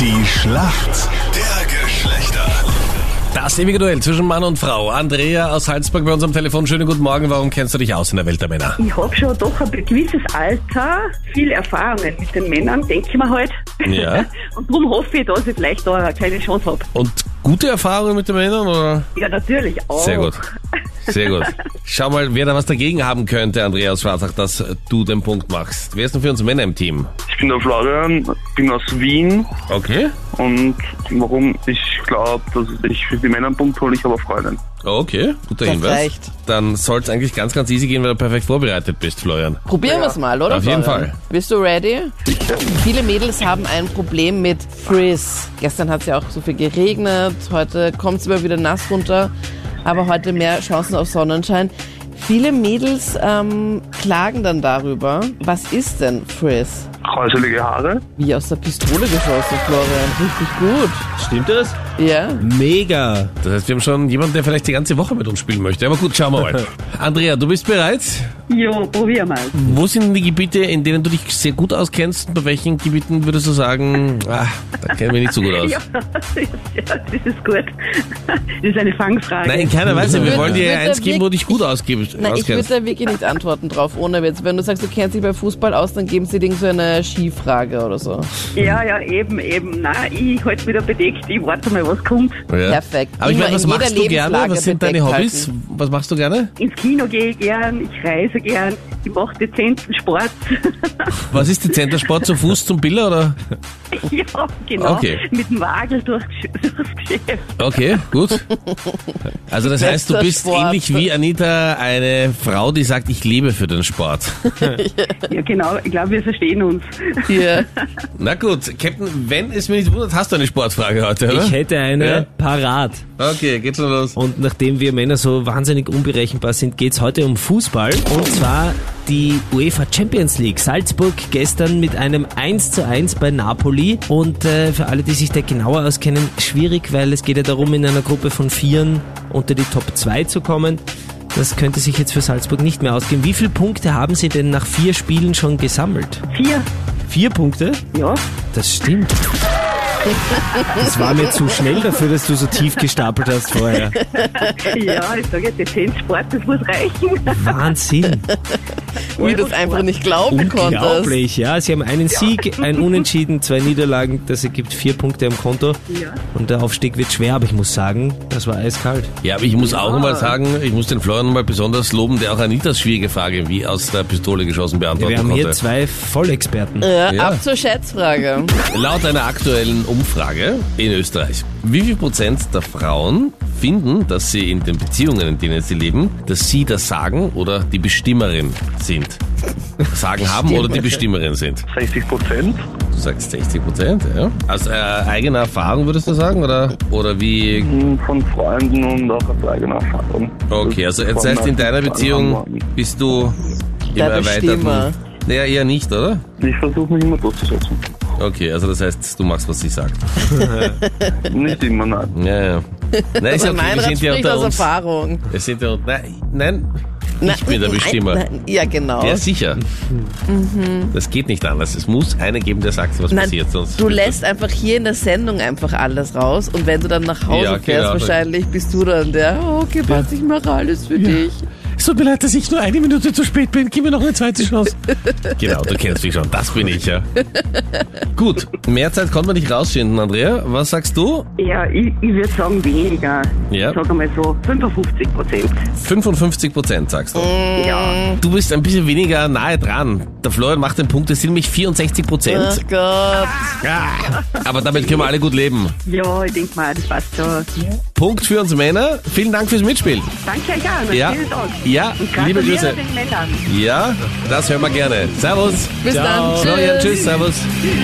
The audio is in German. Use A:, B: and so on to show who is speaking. A: Die Schlacht der Geschlechter.
B: Das ewige Duell zwischen Mann und Frau. Andrea aus Salzburg bei uns am Telefon. Schönen guten Morgen. Warum kennst du dich aus in der Welt der Männer?
C: Ich habe schon doch ein gewisses Alter, viel Erfahrungen mit den Männern, denke ich mir halt.
B: Ja.
C: Und darum hoffe ich, dass ich vielleicht da eine kleine Chance habe.
B: Und gute Erfahrungen mit den Männern? Oder?
C: Ja, natürlich auch.
B: Sehr gut. Sehr gut. Schau mal, wer da was dagegen haben könnte, Andrea aus Schwarzach, dass du den Punkt machst. Wer ist denn für uns Männer im Team?
D: Ich bin der Florian, bin aus Wien
B: Okay.
D: und warum ich glaube, dass ich für die Männer einen Punkt hole, ich habe eine Freundin.
B: Okay, guter Hinweis.
E: reicht.
B: Dann soll es eigentlich ganz, ganz easy gehen, weil du perfekt vorbereitet bist, Florian.
E: Probieren wir es mal, oder?
B: Auf jeden
E: Florian?
B: Fall.
E: Bist du ready? Viele Mädels haben ein Problem mit Frizz. Gestern hat es ja auch so viel geregnet, heute kommt es immer wieder nass runter, aber heute mehr Chancen auf Sonnenschein. Viele Mädels ähm, klagen dann darüber. Was ist denn Frizz?
D: Kräuselige Haare.
E: Wie aus der Pistole geschossen, Florian. Richtig gut.
B: Stimmt das? Hm,
E: Ja?
B: Mega. Das heißt, wir haben schon jemanden, der vielleicht die ganze Woche mit uns spielen möchte. Aber gut, schauen wir mal. Andrea, du bist bereit?
C: Jo, probier mal.
B: Wo sind denn die Gebiete, in denen du dich sehr gut auskennst? Bei welchen Gebieten würdest du sagen, ah, da kennen wir nicht so gut aus?
C: Ja, ja, das ist gut. Das ist eine Fangfrage.
B: Nein, in keiner Weise. Wir
E: Würde-
B: wollen dir
E: würde
B: eins geben, wo du dich gut ausgibst,
E: Nein, ich würde
B: auskennst.
E: da wirklich nicht antworten drauf, ohne Witz. Wenn du sagst, du kennst dich bei Fußball aus, dann geben sie dir so eine Skifrage oder so.
C: Ja, ja, eben, eben. Nein, ich halte mich da bedeckt. Ich warte mal, was kommt.
B: Ja.
E: Perfekt.
B: Aber ich
E: Immer
B: meine, was machst
E: in jeder
B: du gerne?
E: Lebenslage
B: Was sind deine
E: bedeckt
B: Hobbys? Was machst du gerne?
C: Ins Kino gehe ich gern, ich reise gern, ich mache dezenten Sport.
B: Was ist dezenter Sport? Zu Fuß, zum Biller oder?
C: ja, genau.
B: Okay.
C: Mit dem Wagel durchs, durchs Geschäft.
B: Okay, gut. Also das heißt, du
E: Bester
B: bist
E: Sport.
B: ähnlich wie Anita eine Frau, die sagt, ich lebe für den Sport.
C: Ja, genau. Ich glaube, wir verstehen uns.
E: Hier.
B: Na gut, Captain, wenn es mir nicht wundert, hast du eine Sportfrage heute, oder?
F: Ich hätte eine
B: Ja.
F: parat.
B: okay, geht schon los.
F: Und nachdem wir Männer so wahnsinnig unberechenbar sind, geht's heute um Fußball. Und zwar die UEFA Champions League. Salzburg gestern mit einem 1 zu 1 bei Napoli. Und äh, für alle, die sich da genauer auskennen, schwierig, weil es geht ja darum, in einer Gruppe von Vieren unter die Top 2 zu kommen. Das könnte sich jetzt für Salzburg nicht mehr ausgehen. Wie viele Punkte haben sie denn nach vier Spielen schon gesammelt?
C: Vier.
F: Vier Punkte?
C: Ja.
F: Das stimmt. Das war mir zu schnell dafür, dass du so tief gestapelt hast vorher.
C: Ja, ich sage jetzt, dezent Sport, das muss reichen.
F: Wahnsinn.
E: wie du das einfach nicht glauben konntest.
F: Unglaublich, ja. Sie haben einen Sieg, ein Unentschieden, zwei Niederlagen. Das ergibt vier Punkte am Konto.
C: Ja.
F: Und der Aufstieg wird schwer, aber ich muss sagen, das war eiskalt.
B: Ja, aber ich muss auch mal sagen, ich muss den Florian mal besonders loben, der auch Anitas schwierige Frage wie aus der Pistole geschossen beantworten
F: Wir haben
B: konnte.
F: hier zwei Vollexperten.
E: Ja,
B: Ja.
E: Ab zur Schätzfrage.
B: Laut einer aktuellen Umfrage in Österreich, wie viel Prozent der Frauen finden, dass sie in den Beziehungen, in denen sie leben, dass sie das Sagen oder die Bestimmerin sind? Sagen haben oder die Bestimmerin sind?
D: 60 Prozent.
B: Du sagst 60 Prozent, ja. Aus äh, eigener Erfahrung würdest du sagen oder, oder wie?
D: hm, Von Freunden und auch aus eigener Erfahrung.
B: Okay, also jetzt
D: Von
B: heißt in deiner
D: Anfang
B: Beziehung
D: an.
B: bist du im
E: Der Bestimmer.
B: erweiterten... Naja, eher nicht, oder?
D: Ich versuche mich immer durchzusetzen.
B: Okay, also das heißt, du machst, was sie sagt.
D: Nicht immer, nein.
B: Ja, ja. Nein, ist
E: Also
B: ja okay,
E: mein
B: wir
E: Rat
B: sind ja
E: spricht
B: unter
E: aus
B: uns.
E: Erfahrung.
B: Es sind ja, nein, nein,
E: Na,
B: ich bin der
E: nein,
B: Bestimmer.
E: nein, ja, genau.
B: Ja, sicher. Das geht nicht anders. Es muss einer geben, der sagt, was
E: Mhm. Nein,
B: passiert. Sonst
E: du lässt einfach hier in der Sendung einfach alles raus und wenn du dann nach Hause
B: Ja,
E: fährst,
B: genau.
E: wahrscheinlich bist du dann der, "Oh, okay, Patz, ich mache alles für dich.
B: Es tut mir leid, dass ich nur eine Minute zu spät bin. Gib mir noch eine zweite Chance. genau, du kennst mich schon. Das bin ich, ja. Gut, mehr Zeit konnte man nicht rausfinden, Andrea. Was sagst du?
C: Ja, ich, ich würde sagen weniger.
B: Ja.
C: Ich sage mal so 55 Prozent.
B: 55 Prozent, sagst du.
E: Mhm.
C: Ja.
B: Du bist ein bisschen weniger nahe dran. Der Florian macht den Punkt, es sind nämlich 64
E: Ach
B: Prozent.
E: Gott.
B: Ah, aber damit können wir alle gut leben.
C: Ja, ich denke mal, das passt schon.
B: Punkt für uns Männer. Vielen Dank fürs Mitspielen.
C: Danke euch auch.
B: Ja.
C: Vielen Dank.
B: Ja,
C: Und gratuliere
B: liebe Grüße.
C: den Männern.
B: Ja, das hören wir gerne. Servus.
E: Bis dann.
B: Florian, tschüss, servus.